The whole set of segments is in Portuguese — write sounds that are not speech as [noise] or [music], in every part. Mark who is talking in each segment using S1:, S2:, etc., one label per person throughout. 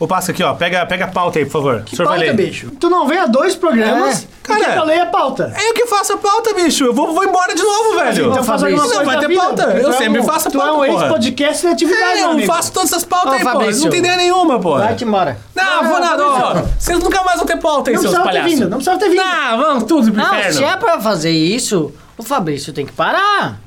S1: Ô, Páscoa, aqui, ó. Pega, pega a pauta aí, por favor. Que
S2: pauta, bicho. Tu não vem a dois programas
S1: É.
S2: e
S1: Cara,
S2: quem eu leio a pauta.
S1: É eu que faço a pauta, bicho. Eu vou, vou embora de novo, é, velho.
S2: Então faz alguma
S1: Não,
S2: coisa
S1: vai
S2: da
S1: ter
S2: vida.
S1: pauta.
S2: Tu
S1: Eu
S2: é um-
S1: sempre faço
S2: Tu
S1: pauta,
S2: é um
S1: porra.
S2: ex-podcast de atividade,
S1: É,
S2: meu
S1: eu
S2: amigo.
S1: faço todas essas pautas
S3: Ô,
S1: aí, pô. Eles
S3: Fabrício.
S1: Não tem ideia nenhuma, pô.
S3: Vai-te embora.
S1: Não, vou nada, ó. Vocês nunca mais vão ter pauta aí,
S2: Não
S1: seus
S2: precisava ter
S1: palhaços.
S2: vindo, não precisava ter vindo.
S1: Ah, vamos tudo pro
S3: Não,
S1: inferno.
S3: se é pra fazer isso, o Fabrício tem que parar.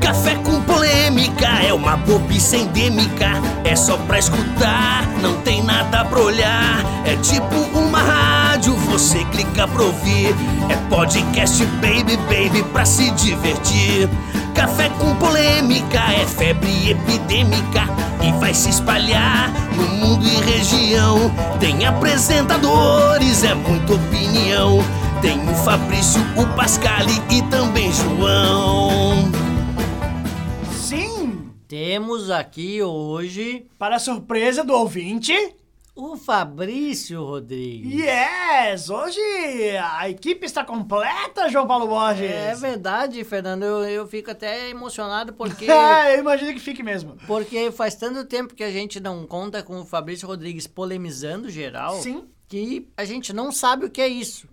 S4: Café com polêmica é uma bobice endêmica. É só pra escutar, não tem nada pra olhar. É tipo uma rádio, você clica pra ouvir. É podcast, baby, baby, pra se divertir. Café com polêmica é febre epidêmica e vai se espalhar no mundo e região. Tem apresentadores, é muita opinião. Tem o Fabrício, o Pascali e também João.
S2: Sim,
S3: Temos aqui hoje
S2: para a surpresa do ouvinte.
S3: o Fabrício Rodrigues.
S2: Yes, hoje a equipe está completa, João Paulo Borges.
S3: É verdade, Fernando. Eu, eu fico até
S2: [laughs]
S3: emocionado porque.
S2: É, eu imagino que fique mesmo. [laughs]
S3: Porque faz tanto tempo que a gente não conta com o Fabrício Rodrigues polemizando geral
S2: Sim.
S3: que a gente não sabe o que é isso.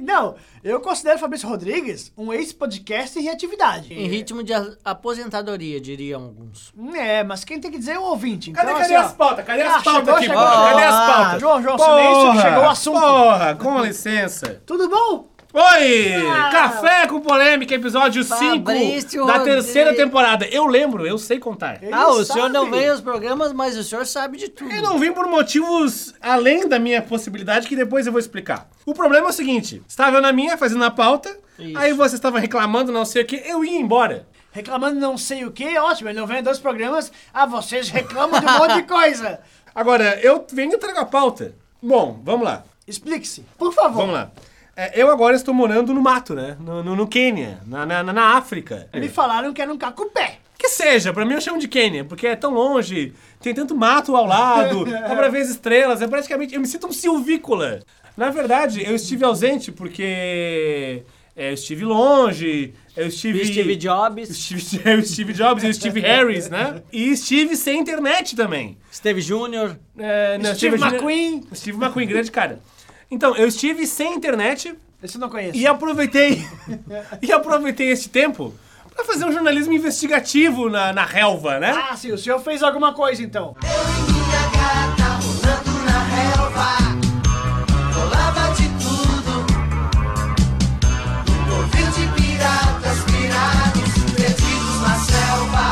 S2: não, eu considero Fabrício Rodrigues um ex-podcast em atividade.
S3: Em ritmo de a- aposentadoria, diriam alguns.
S2: É, mas quem tem que dizer é o ouvinte. Então,
S1: Cadê,
S2: assim,
S1: cadê
S2: ó,
S1: as pautas? Cadê
S2: Ah,
S1: as pautas
S2: chegou,
S1: aqui,
S2: chegou.
S1: pô? Cadê as
S2: Ah,
S1: pautas?
S2: João, João, silêncio,
S1: Porra,
S2: chegou o assunto.
S1: Porra, com licença.
S2: Tudo bom?
S1: Oi!
S2: Ah.
S1: Café com Polêmica, episódio 5
S3: Fabrício
S1: da
S3: Rodrigues.
S1: terceira temporada. Eu lembro, eu sei contar.
S2: Ele
S3: ah, o
S2: sabe.
S3: senhor não veio aos programas, mas o senhor sabe de tudo.
S1: Eu não vim por motivos além da minha possibilidade, que depois eu vou explicar. O problema é o seguinte: estava eu na minha, fazendo a pauta,
S3: Isso.
S1: aí vocês estavam reclamando, não sei o que, eu ia embora.
S2: Reclamando não sei o que, ótimo, ele não vem a dois programas, ah, vocês reclamam de um monte
S1: [laughs]
S2: de coisa.
S1: Agora, eu venho e trago a pauta. Bom, vamos lá,
S2: Explique-se, por favor.
S1: vamos lá. É, eu agora estou morando no mato, né? No, no, no Quênia, na, na, na- na África.
S2: Me falaram que era um cacupé.
S1: Que seja, pra mim eu chamo de Quênia, porque é tão longe, tem tanto mato ao
S2: [laughs]
S1: lado, dá pra ver as estrelas, é praticamente. Eu me sinto um silvícola. Na verdade, eu estive ausente porque. é, eu estive longe, eu estive.
S3: Steve Jobs,
S1: Steve, [laughs] eu Steve Jobs e o Steve Harris, né? E estive sem internet também.
S3: Steve Júnior.
S1: É, não,
S2: Steve
S1: Jobs-
S2: McQueen.
S1: Steve McQueen, grande cara. Então, eu estive sem internet
S2: Esse eu não conheço.
S1: e aproveitei. [laughs] e aproveitei este tempo pra fazer um jornalismo investigativo na, na relva, né?
S2: Ah, sim, o senhor fez alguma coisa então.
S5: Minha gata rolando na relva, rolava de tudo. Um Navio de piratas, pirados, perdidos na selva.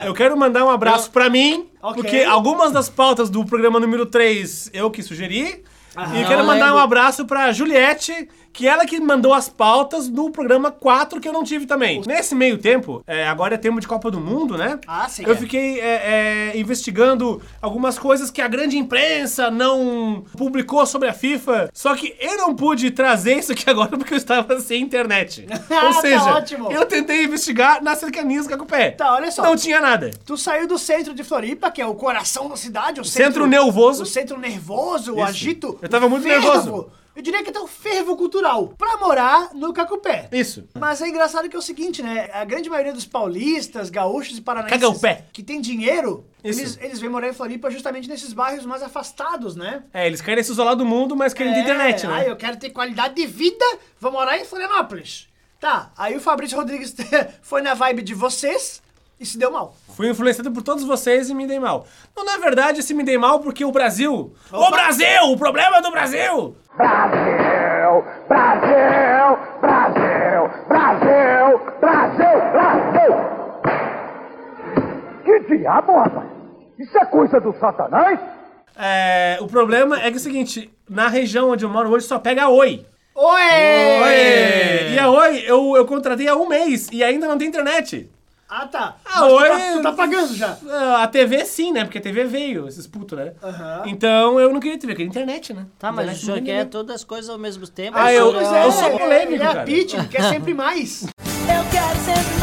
S1: Eu quero mandar um abraço pra mim,
S2: Ok.
S1: porque algumas das pautas do programa número 3 eu que sugeri. e
S3: não
S1: quero mandar
S3: lembro.
S1: um abraço pra Juliette, que é ela que mandou as pautas do programa 4 que eu não tive também. Nesse meio tempo, é, agora é tempo de Copa do Mundo, né?
S2: Ah, sim,
S1: Eu
S2: é.
S1: fiquei é, é, investigando algumas coisas que a grande imprensa não publicou sobre a FIFA. Só que eu não pude trazer isso aqui [laughs] agora porque eu estava sem internet.
S2: [laughs] Ah,
S1: Ou
S2: tá
S1: seja,
S2: ótimo.
S1: eu tentei investigar nas cercanias do pé.
S2: Tá, olha só.
S1: Não tinha nada.
S2: Tu saiu do centro de Floripa, que é o coração da cidade, o
S1: Centro
S2: centro...
S1: nervoso.
S2: O centro nervoso, o
S1: Isso.
S2: agito.
S1: Eu tava muito
S2: fervo.
S1: nervoso.
S2: Eu diria que até um fervo cultural, pra morar no Cacupé.
S1: Isso.
S2: Mas é engraçado que é o seguinte, né? A grande maioria dos paulistas, gaúchos e paranaenses...
S1: Cacupé.
S2: Que tem dinheiro,
S1: Isso.
S2: eles, eles vêm morar em Floripa justamente nesses bairros mais afastados, né?
S1: É, eles querem se isolar do mundo, mas querem ter
S2: É,
S1: internet,
S2: Ah,
S1: né?
S2: eu quero ter qualidade de vida, vou morar em Florianópolis. Tá, aí o Fabrício Rodrigues [laughs] foi na vibe de vocês e se deu mal.
S1: Fui influenciado por todos vocês e me dei mal. Não, na verdade, se me dei mal porque o Brasil... O Brasil! O problema é do Brasil!
S6: Brasil, Brasil, Brasil, Brasil, Brasil, Brasil. Que diabo, rapaz? Isso é coisa do satanás?
S1: É, o problema é que é o seguinte, na região onde eu moro hoje só pega a Oi.
S2: Oi!
S1: Oi! E a Oi eu, eu contratei há um mês e ainda não tem internet.
S2: Ah, tá.
S1: Ah,
S2: Mas tu
S1: oi.
S2: tá- Tu tá pagando já.
S1: Ah, A TV sim, né? Porque a TV veio, esses putos, né?
S2: Aham.
S1: Então eu não queria TV, eu queria internet, né?
S3: Tá, mas o
S1: Internet
S3: senhor
S1: não
S3: quer
S1: tem
S3: todas as coisas ao mesmo tempo.
S1: Ah,
S3: O
S1: eu-
S3: senhor-
S1: eu sou polêmico,
S2: ele é
S1: cara.
S2: a Pitch, ele quer
S1: [laughs]
S2: sempre mais.
S7: Eu quero sempre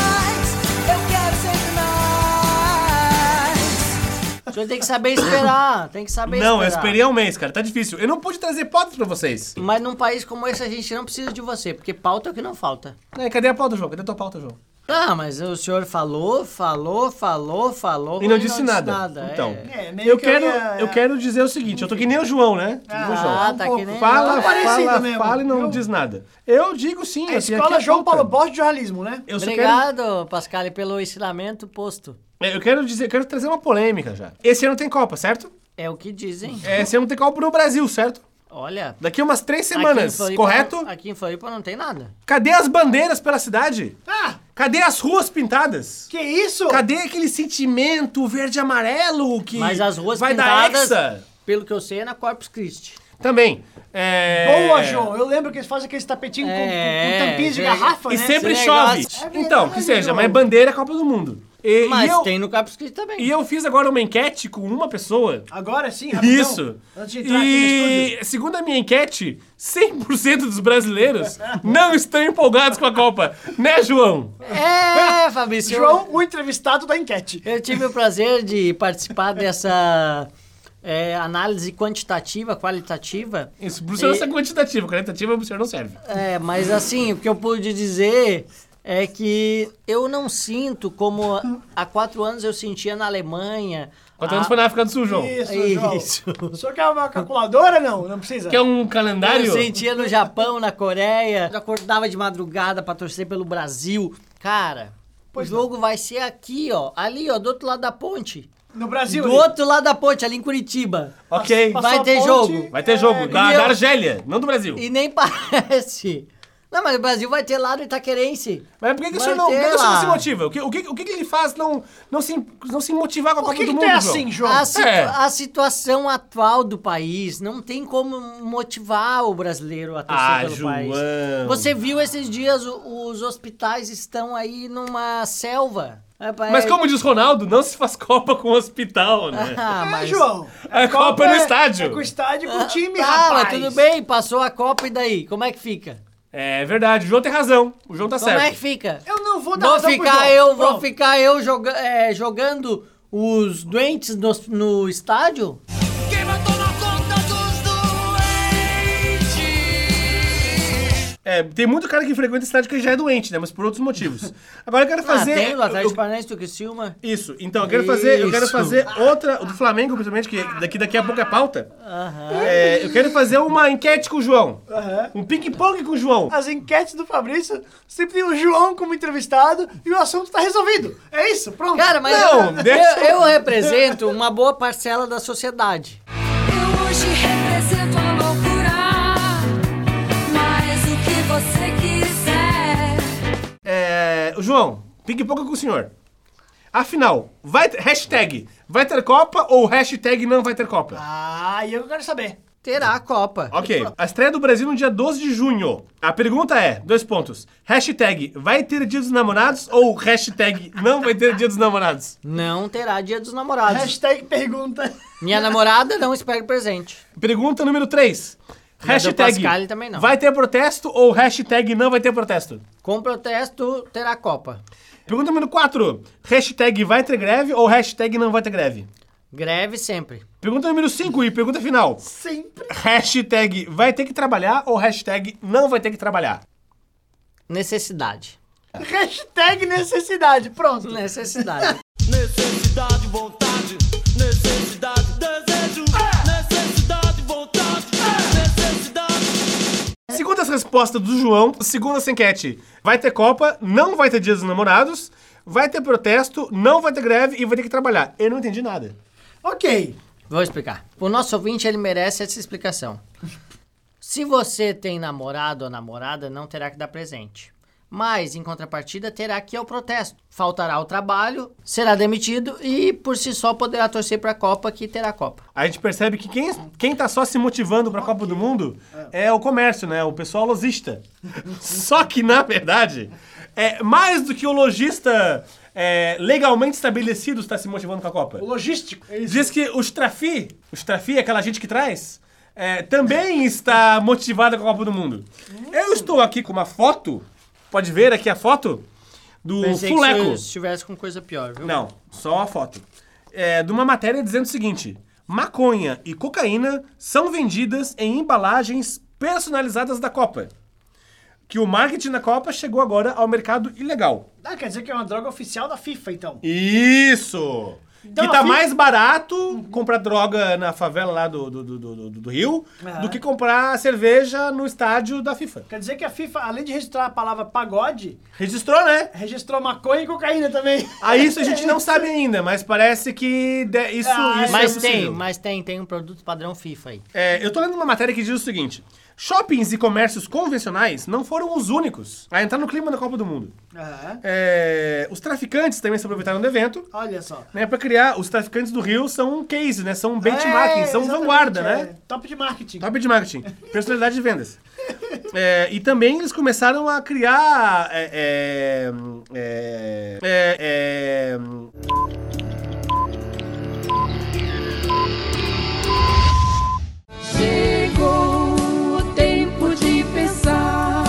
S7: mais. Eu quero sempre mais.
S3: O senhor tem que saber esperar, tem que saber
S1: Não, eu
S3: esperar.
S1: esperei há um mês, cara. Tá difícil. Eu não pude trazer pautas pra vocês.
S3: Mas num país como esse a gente não precisa de você, porque pauta é o que não falta.
S1: É, cadê a pauta, João? Cadê a tua pauta, João?
S3: Tá, mas o senhor falou, falou, falou, falou.
S1: E não disse nada. Então.
S3: É.
S2: É, meio
S1: Eu
S2: que
S1: quero,
S2: ia-
S1: eu quero dizer o seguinte, eu tô que nem o João, né? Que nem o João.
S3: Ah,
S2: um
S3: tá
S2: pouco.
S3: que nem.
S1: Fala,
S2: Tá parecido
S1: fala,
S2: mesmo,
S1: fala e não
S2: viu?
S1: diz nada. Eu digo sim.
S2: A
S1: assim,
S2: escola
S1: aqui é
S2: João
S1: pauta.
S2: Paulo Borges de jornalismo, né?
S1: Eu só quero,
S3: Obrigado, Pascal, pelo ensinamento posto.
S1: é, eu quero dizer, eu quero trazer uma polêmica já. Esse ano tem Copa, certo?
S3: É o que dizem.
S1: É, Esse ano tem Copa no Brasil, certo?
S3: Olha.
S1: Daqui umas três
S3: aqui em
S1: semanas,
S3: Floripa
S1: correto?
S3: não- aqui em Floripa não tem nada.
S1: Cadê as bandeiras pela cidade?
S2: Ah,
S1: Cadê as ruas pintadas?
S2: que isso?
S1: Cadê aquele sentimento verde e amarelo que
S3: Mas as ruas
S1: vai
S3: pintadas,
S1: dar hexa?
S3: pelo que eu sei, é na Corpus Christi.
S1: Também. É...
S2: Boa, João. Eu lembro que eles fazem aqueles tapetinhos com-
S3: É,
S2: com, com tampinhas de
S3: é.
S2: garrafa,
S1: E
S2: né?
S1: sempre
S3: Esse
S1: chove.
S3: negócio-
S2: É verdade,
S1: então, que seja,
S2: João.
S1: mas bandeira é Copa do Mundo. E, e
S3: Mas
S1: eu,
S3: tem no Corpus Christi também.
S1: e eu fiz agora uma enquete com uma pessoa.
S2: Agora sim, Ah, rapidão.
S1: Isso.
S2: Antes de entrar aqui no
S1: E
S2: estúdio.
S1: segundo a minha enquete, 100% dos brasileiros não estão empolgados com a Copa. Né, João? [laughs]
S3: É, Fabrício.
S2: João, o entrevistado da enquete.
S3: Eu tive o prazer de participar dessa é, análise quantitativa, qualitativa.
S1: Isso, pro senhor
S3: E-
S1: isso é quantitativo. Quantitativo pro senhor não serve.
S3: É, mas assim, o que eu pude dizer é que eu não sinto como há quatro anos eu sentia na Alemanha.
S1: Quanto
S3: Ah,
S1: anos foi na África do Sul, João?
S2: Isso,
S3: Isso.
S2: João. O senhor quer uma calculadora? Não, não precisa.
S1: Quer um calendário?
S3: Eu sentia no Japão, na Coreia. Eu acordava de madrugada pra torcer pelo Brasil. Cara, o jogo vai ser aqui, ó. Ali, ó, do outro lado da ponte.
S2: No Brasil,
S3: Do
S2: ele-
S3: outro lado da ponte, ali em Curitiba.
S1: Ok.
S2: Passou
S3: vai
S2: a
S3: ter
S2: ponte,
S3: jogo.
S1: Vai ter jogo.
S2: é,
S1: da,
S3: e eu-
S1: da Argélia, não do Brasil.
S3: E nem [laughs] parece. Não, mas o Brasil vai ter lá no Itaquerense.
S1: Mas por que, que o
S3: Vai
S1: senhor não, por que
S3: ter
S1: que o senhor não
S3: lá.
S1: se motiva? O que, o que, o que, que ele faz não, não, se, não se motivar com a
S2: Por
S1: Copa
S2: que,
S1: do Mundo,
S2: que tem
S1: João?
S2: assim, João?
S3: A, situ-
S1: É.
S3: a situação atual do país não tem como motivar o brasileiro a torcer
S1: Ah,
S3: pelo
S1: João.
S3: país. Você viu esses dias o- os hospitais estão aí numa selva. É, pa-
S1: Mas
S3: é-
S1: como diz Ronaldo, não se faz Copa com o hospital, né?
S3: [laughs] Ah,
S2: É,
S3: mas...
S2: João.
S1: A Copa é no estádio.
S2: É com o estádio e com o time,
S3: Tá,
S2: rapaz.
S3: mas tudo bem, passou a Copa e daí? Como é que fica?
S1: É verdade, o João tem razão. O João tá
S3: Como é que
S1: certo.
S3: fica?
S2: Eu não vou dar
S3: Vou
S2: razão pro
S3: ficar
S2: João.
S3: eu, vou
S2: Pronto.
S3: ficar eu joga- é, jogando os doentes no, no estádio?
S5: Quem botou na conta dos doentes?
S1: É, tem muito cara que frequenta estádio que já é doente, né? Mas por outros motivos. Agora eu quero
S3: Ah,
S1: fazer.
S3: tem o
S1: é, eu-
S3: Atlético
S1: eu-
S3: Paranaense do Criciúma.
S1: Isso, então, eu quero fazer, eu quero
S3: Isso.
S1: fazer outra, o do Flamengo, principalmente, que daqui, daqui a pouco é pauta. É, eu quero fazer uma enquete com o João.
S2: Aham.
S1: Um ping-pong com o João.
S2: As enquetes do Fabrício sempre tem o João como entrevistado e o assunto tá resolvido. É isso, pronto.
S3: Cara, mas
S1: Não,
S3: eu,
S1: deixa-
S3: eu- eu represento uma boa parcela da sociedade.
S7: Eu hoje represento a loucura. Mas o que você quiser.
S1: É, o João, ping-pong com o senhor. Afinal, vai, ter- hashtag vai ter Copa ou hashtag não vai ter Copa?
S2: Ah, e eu quero saber.
S3: Terá a Copa.
S1: Ok, a estreia do Brasil no dia 12 de junho. A pergunta é, dois pontos, hashtag vai ter dia dos namorados ou hashtag não vai ter dia dos namorados?
S3: Não terá dia dos namorados.
S2: Hashtag pergunta. [laughs]
S3: Minha namorada não espera presente.
S1: Pergunta número 3.
S3: Mas do
S1: Hashtag
S3: Pascal também não.
S1: vai ter protesto ou hashtag não vai ter protesto?
S3: Com protesto, terá Copa.
S1: Pergunta número 4. Hashtag vai ter greve ou hashtag não vai ter greve?
S3: Greve sempre.
S1: Pergunta número 5 e pergunta final.
S2: Sempre.
S1: Hashtag vai ter que trabalhar ou hashtag não vai ter que trabalhar?
S3: Necessidade.
S2: Hashtag necessidade. Pronto.
S3: Necessidade.
S8: Necessidade, vontade, necessidade, desejo, necessidade, vontade, necessidade.
S1: Segundo as respostas do João, segundo essa enquete, vai ter Copa, não vai ter Dia dos Namorados, vai ter protesto, não vai ter greve e vai ter que trabalhar. Eu não entendi nada.
S2: Ok.
S3: Vou explicar. O nosso ouvinte, ele merece essa explicação. Se você tem namorado ou namorada, não terá que dar presente. Mas, em contrapartida, terá que ir ao protesto. Faltará ao trabalho, será demitido e, por si só, poderá torcer para a Copa, que terá Copa.
S1: A gente percebe que quem, quem tá só se motivando pra Copa do Mundo é o comércio, né? O pessoal
S3: [laughs]
S1: lojista. só que, na verdade, é mais do que o lojista é, legalmente estabelecido está se motivando com a Copa.
S2: O logístico. É isso.
S1: Diz que os trafi, os trafi, aquela gente que traz, é, também está motivada com a Copa do Mundo. Eu
S3: Hum.
S1: estou aqui com uma foto, pode ver aqui a foto, do
S3: Pensei que
S1: Fuleco.
S3: se estivesse com coisa pior, viu?
S1: Não, só a foto. É, de uma matéria dizendo o seguinte: maconha e cocaína são vendidas em embalagens personalizadas da Copa. que o marketing da Copa chegou agora ao mercado ilegal.
S2: Ah, quer dizer que é uma droga oficial da FIFA, então.
S1: Isso!
S2: Então,
S1: que tá
S2: a fi-
S1: mais barato comprar droga na favela lá do, do, do, do, do- do Rio
S2: Aham.
S1: do que comprar cerveja no estádio da FIFA.
S2: Quer dizer que a FIFA, além de registrar a palavra pagode,
S1: Registrou, né?
S2: registrou maconha e cocaína também.
S1: A isso a
S2: [laughs]
S1: gente não sabe ainda, mas parece que de- isso,
S2: Ah,
S1: isso
S3: Mas
S1: é
S3: tem,
S1: possível.
S3: mas tem, tem um produto padrão FIFA aí.
S1: É, eu tô lendo uma matéria que diz o seguinte: shoppings e comércios convencionais não foram os únicos a entrar no clima da Copa do Mundo.
S2: Aham.
S1: É, os traficantes também se aproveitaram do evento.
S2: Olha só.
S1: Né, pra criar, os traficantes do Rio são um case, né? São um benchmarking,
S2: É,
S1: são
S2: exatamente,
S1: vanguarda,
S2: é.
S1: né?
S2: Top de marketing.
S1: Top de marketing, personalidade de
S2: [laughs]
S1: vendas. É, e também eles começaram a criar. É, é, é, é, é,
S7: Chegou o tempo de pensar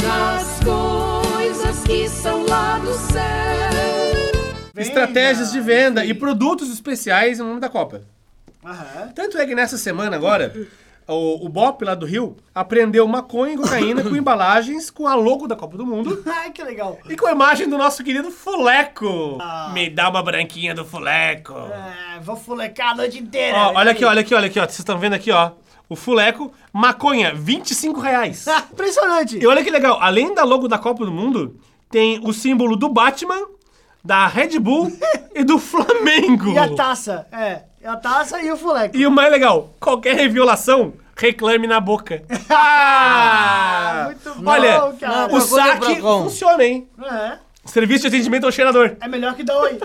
S7: nas coisas que são lá do céu.
S2: Venda.
S1: estratégias de venda e produtos especiais no nome da Copa.
S2: Aham.
S1: Tanto é que nessa semana agora, o, o Bop lá do Rio aprendeu maconha e cocaína com embalagens com a logo da Copa do Mundo.
S2: Ai, que legal.
S1: E com a imagem do nosso querido Fuleco. Ah. Me dá uma branquinha do Fuleco.
S2: É, vou fulecar a noite inteira.
S1: Ó, olha aqui, olha aqui, olha aqui, ó. Vocês estão vendo aqui, ó. O Fuleco, maconha, 25 reais.
S2: [laughs] Ah, impressionante.
S1: E olha que legal, além da logo da Copa do Mundo, tem o símbolo do Batman, da Red Bull e do Flamengo.
S2: E a taça. É, e a taça e o fuleco.
S1: E o mais legal, qualquer violação, reclame na boca.
S2: [laughs]
S1: Ah,
S2: muito bom,
S1: Olha,
S2: cara.
S1: o
S3: Não, procura o
S1: saque
S3: Procon.
S1: funciona, hein?
S2: É,
S1: Serviço de atendimento ao cheirador.
S2: é melhor que dar
S3: [laughs]
S2: oi.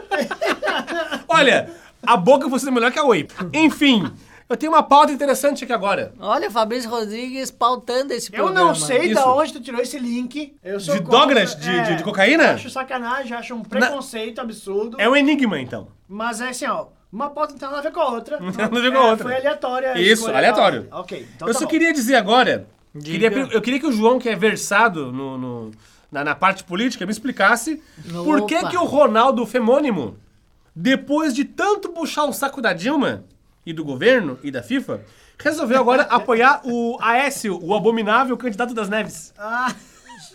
S1: Olha, a boca funciona melhor que a Oi. Enfim, eu tenho uma pauta interessante aqui agora.
S3: Olha, Fabrício Rodrigues pautando esse
S2: Eu
S3: programa.
S2: não sei
S1: Isso.
S2: da onde tu tirou esse link. Eu sou
S1: De
S2: contra- É,
S1: Douglas? De- de- de cocaína?
S2: Acho sacanagem, acho um preconceito absurdo.
S1: É um enigma, então.
S2: Mas é assim, ó. Uma pauta não tem nada a ver com
S1: [laughs]
S2: a outra. É,
S1: tem nada a ver com a outra.
S2: Foi aleatória. a
S1: Isso,
S2: escolha
S1: aleatório.
S2: da ordem. Ok, então
S1: eu
S2: tá
S1: só
S2: bom.
S1: queria dizer agora.
S3: Diga.
S1: Queria, per- eu queria que o João, que é versado no, no- na, na parte política, me explicasse
S3: No-
S1: por que,
S3: opa.
S1: que o Ronaldo Femônimo, depois de tanto puxar o saco da Dilma e do governo e da FIFA, resolveu
S2: [laughs]
S1: agora apoiar o Aécio, o abominável candidato das neves.
S2: Ah,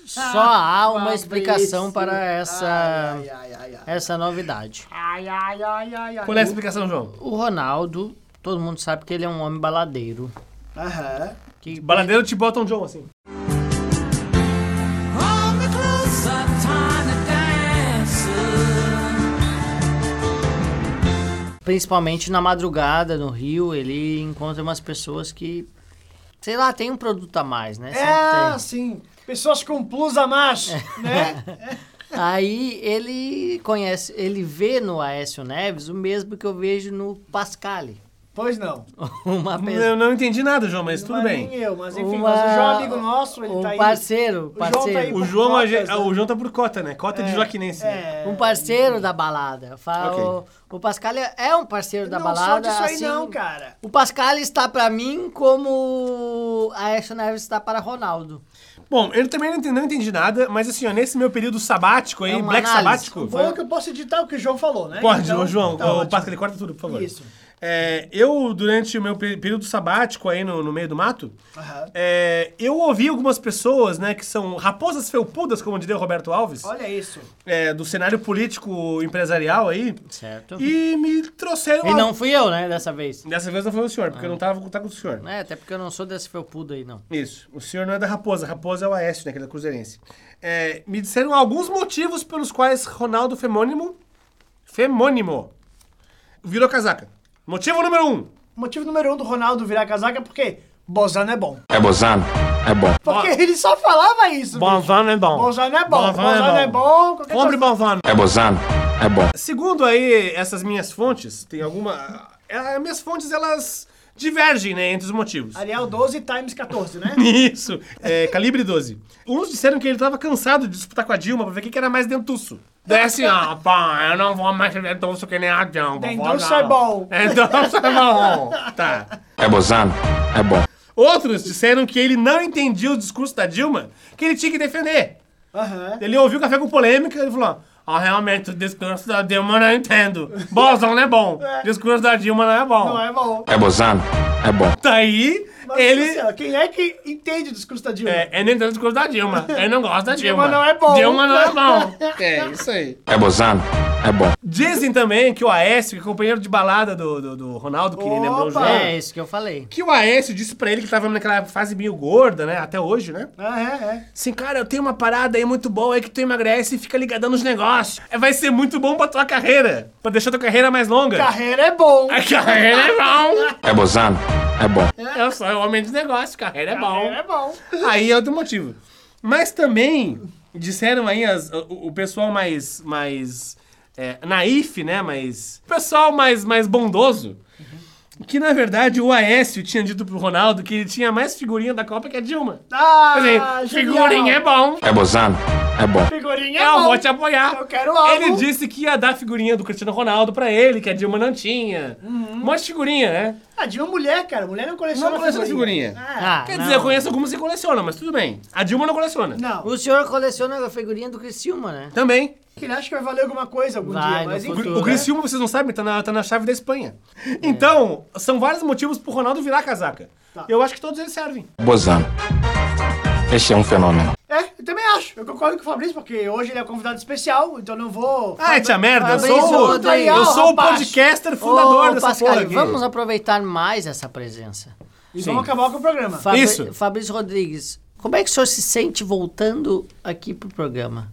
S3: Só há uma
S2: Fabrício.
S3: explicação para essa,
S2: Ai, ai, ai, ai.
S3: essa novidade.
S2: Ai, ai, ai, ai, ai.
S1: Qual é a explicação, João?
S3: O Ronaldo, todo mundo sabe que ele é um homem baladeiro.
S2: Aham.
S3: Que
S1: Baladeiro te botam John, assim.
S5: Hold me closer, time to dance.
S3: principalmente na madrugada no Rio, ele encontra umas pessoas que, sei lá, tem um produto a mais, né?
S2: É,
S3: Sempre
S2: sim. Pessoas com plus a mais, né?
S3: tem. Aí ele conhece, ele vê no Aécio Neves o mesmo que eu vejo no Pascal.
S2: Pois não.
S3: [laughs]
S2: Tá
S3: Uma pessoa.
S1: Eu não entendi nada, João, mas tudo
S2: Mas
S1: bem.
S2: Nem eu, mas enfim,
S3: Uma-
S2: mas o João é amigo nosso, ele
S3: um
S2: tá aí.
S3: parceiro,
S2: O João tá aí
S3: parceiro.
S2: por
S1: O João, a
S2: cotas,
S1: gente-
S2: né?
S1: ah, o João tá por cota, né? Cota de joaquinense. né?
S2: É.
S3: Um parceiro da balada. Fa-
S1: Ok.
S3: O, o Pascal é um parceiro da
S2: não
S3: balada.
S2: sou disso aí
S3: assim,
S2: não, cara.
S3: O Pascal está para mim como a Aécio Neves está para Ronaldo.
S1: Bom, eu também não entendi, não entendi nada, mas assim, ó, nesse meu período sabático aí,
S3: É uma
S1: black
S3: análise.
S1: sabático.
S2: Bom que eu posso editar o que o João falou, né?
S1: Pode,
S2: Então,
S1: ô, João,
S2: tá
S1: ô,
S2: ótimo.
S1: Pascal, ele corta tudo, por favor.
S2: Isso.
S1: É, eu, durante o meu pe- período sabático aí no, no meio do mato,
S2: Aham.
S1: é, eu ouvi algumas pessoas, né, que são raposas felpudas, como diria o Roberto Alves,
S2: Olha isso.
S1: é, do cenário político empresarial aí,
S3: Certo.
S1: e me trouxeram.
S3: E
S1: a-
S3: não fui eu, né, dessa vez.
S1: Dessa vez não foi o senhor,
S2: Ah.
S1: porque eu não tava tá com o senhor.
S3: É, até porque eu não sou desse felpudo aí, não.
S1: Isso. O senhor não é da Raposa. Raposa é o Aécio, né? Que é da Cruzeirense. É, me disseram alguns motivos pelos quais Ronaldo Femônimo... Femônimo. Virou casaca. Motivo número um.
S2: Motivo número um do Ronaldo virar casaca é porque Bozano é bom.
S9: É Bozano? É bom.
S2: Porque ele só falava isso. bicho.
S1: é bom.
S2: Bonzano é bom. Bonzano é bom. Qualquer
S1: Compre
S2: coisa-
S1: Bonzano.
S9: É Bozano? É bom.
S1: Segundo aí essas minhas fontes, tem alguma... é, minhas fontes, elas divergem, né? Entre os motivos.
S2: Ariel 12 times 14, né?
S1: Isso. É, calibre 12. Uns disseram que ele tava cansado de disputar com a Dilma pra ver quem que era mais dentuço. Daí assim, ah, pá, eu não vou mais ser dentuço que nem a Dilma.
S2: Dentuço
S1: vou
S2: é
S1: não.
S2: bom.
S1: [laughs] Dentuço é bom. Tá.
S9: É Bozano? É bom.
S1: Outros disseram que ele não entendia o discurso da Dilma, que ele tinha que defender.
S2: Aham.
S1: Ele ouviu o café com polêmica e falou: Ah, realmente, o discurso da Dilma eu não entendo.
S2: [laughs]
S1: Bolsonaro não é bom. O discurso da Dilma não é bom.
S2: Não é bom.
S9: É Bozano? É bom.
S1: Daí,
S2: Mas,
S1: Ele-
S2: assim, ó, quem é que entende o discurso da Dilma?
S1: É, ele não entende coisa da Dilma. Ele não gosta da Dilma.
S2: [laughs] Dilma não é bom.
S1: Dilma não é
S2: [laughs]
S1: bom.
S10: É, isso aí.
S9: é bozano, é bom,
S1: Dizem também que o Aécio, que é companheiro de balada do, do, do Ronaldo, que ele lembrou o
S2: Opa!
S1: jogo.
S3: É isso que eu falei.
S1: Que o Aécio disse pra ele que tava naquela fase meio gorda, né? Até hoje, né?
S2: Ah, é, é.
S1: Assim, cara, eu tenho uma parada aí muito boa aí que tu emagrece e fica ligadão nos negócios. É, Vai ser muito bom pra tua carreira. Pra deixar tua carreira mais longa.
S2: Carreira é bom.
S1: A carreira é bom.
S9: é bozano, é bom,
S1: Eu sou o homem dos negócios, carreira é bom.
S2: Carreira é bom.
S1: Aí é outro motivo. Mas também disseram aí as- o, o pessoal mais, mais é, naif, né? Mas o pessoal mais, mais bondoso. Que na verdade o Aécio tinha dito pro Ronaldo que ele tinha mais figurinha da Copa que a Dilma.
S2: Ah,
S1: Assim,
S2: genial.
S1: figurinha é bom.
S9: é bozano, é bom,
S2: Figurinha é
S1: Eu
S2: bom.
S1: vou te apoiar.
S2: Eu quero algo.
S1: Ele disse que ia dar figurinha do Cristiano Ronaldo pra ele, que a Dilma não tinha.
S2: Uhum.
S1: Um monte de figurinha, né?
S2: Ah, Dilma é mulher, cara. Mulher não coleciona
S1: Não coleciona figurinha.
S2: Ah,
S3: Ah,
S1: Quer
S3: não.
S1: dizer, eu conheço algumas que colecionam, mas tudo bem. A Dilma não coleciona.
S2: É. Não.
S3: O senhor coleciona a figurinha do Criciúma, né?
S1: Também.
S2: Ele acha que vai valer alguma coisa algum
S3: Vai,
S2: dia,
S3: no
S2: mas
S1: O
S2: enfim.
S1: Gri- O
S3: é.
S1: Criciúma, vocês não sabem, tá na, tá na chave da Espanha. Então, são vários motivos pro Ronaldo virar casaca.
S3: Tá.
S1: Eu acho que todos eles servem.
S9: é bozano. Este é um fenômeno.
S2: É, eu também acho. Eu concordo com o Fabrício, porque hoje ele é convidado especial, então não vou.
S3: Tá.
S1: Ah, tia merda, eu
S3: Fabrício,
S1: sou, o-
S3: odeio,
S1: eu sou o
S2: rapaz.
S1: podcaster fundador
S3: Ô,
S1: dessa
S3: Pascal,
S1: porra aqui.
S3: vamos aproveitar mais essa presença.
S2: E vamos acabar com o programa.
S3: Fabri-
S1: Isso.
S3: Fabrício Rodrigues, como é que o senhor se sente voltando aqui pro programa?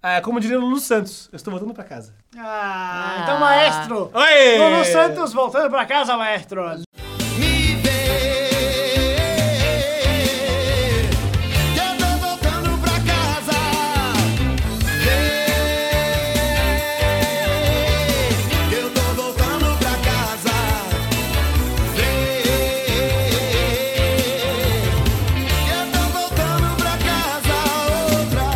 S1: Ah, como diria o Lulu Santos, eu estou voltando pra casa.
S2: Ah, então, maestro.
S1: Oi!
S2: Lulu Santos voltando pra casa, maestro.
S8: Me vê, que eu tô voltando pra casa. Vê, que eu tô voltando pra casa. Vê, que eu tô voltando pra casa outra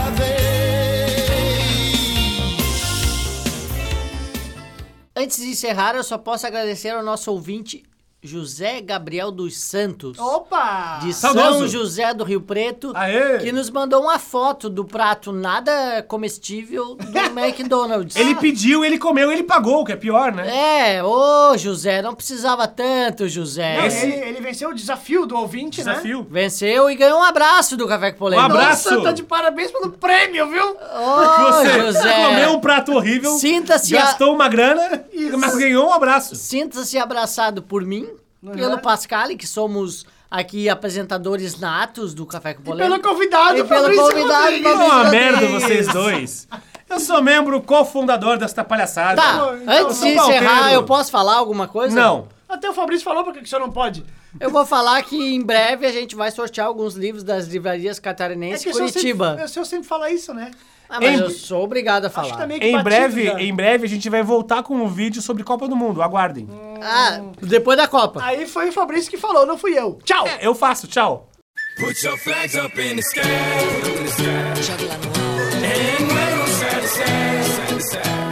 S8: vez.
S3: Antes de encerrar, eu só posso agradecer ao nosso ouvinte José Gabriel dos Santos.
S2: Opa!
S3: De
S1: Saudoso.
S3: São José do Rio Preto,
S1: Aê!
S3: que nos mandou uma foto do prato nada comestível
S1: [laughs]
S3: do McDonald's.
S1: Ele pediu, ele comeu, ele pagou, o que é pior, né?
S3: É, ô José, não precisava tanto, José.
S2: Não,
S1: Esse-
S2: ele, ele venceu o desafio do ouvinte, né?
S1: Desafio.
S3: Venceu e ganhou um abraço do Café com
S1: Um
S3: Polêmica.
S1: abraço.
S2: Nossa, tá de parabéns pelo prêmio, viu?
S3: Ô,
S1: Você
S3: José.
S1: comeu um prato horrível,
S3: Sinta-se a-
S1: gastou uma grana, mas ganhou um abraço.
S3: Sinta-se abraçado por mim,
S1: é
S3: pelo Pascal, que somos aqui apresentadores natos do Café com Polêmica.
S2: Pelo convidado,
S3: E pelo
S2: Fabrício
S3: convidado,
S2: Rodrigues.
S1: Não é
S3: Fabrício
S1: uma
S3: Rodrigues.
S1: merda vocês dois. Eu sou membro cofundador desta palhaçada.
S3: Tá,
S2: Então,
S3: antes de
S1: São Paulo,
S3: encerrar,
S1: Pedro.
S3: eu posso falar alguma coisa?
S1: Não.
S2: Até o Fabrício falou porque que o senhor não pode.
S3: Eu vou falar que em breve a gente vai sortear alguns livros das livrarias catarinenses
S2: É o senhor
S3: Curitiba.
S2: Sempre, o senhor sempre fala isso, né?
S3: Ah, mas
S1: Em-
S3: eu sou obrigado a falar.
S2: Acho que tá meio que
S1: Em
S2: batido
S1: breve,
S2: já.
S1: em breve a gente vai voltar com um vídeo sobre Copa do Mundo. Aguardem.
S3: Ah, depois da Copa.
S2: Aí foi o Fabrício que falou, não fui eu. Tchau!
S1: É, eu faço, tchau.
S8: Put your flags up in the sky, up in the sky. Joga lá no alto. And wave 'em side to side, side to side.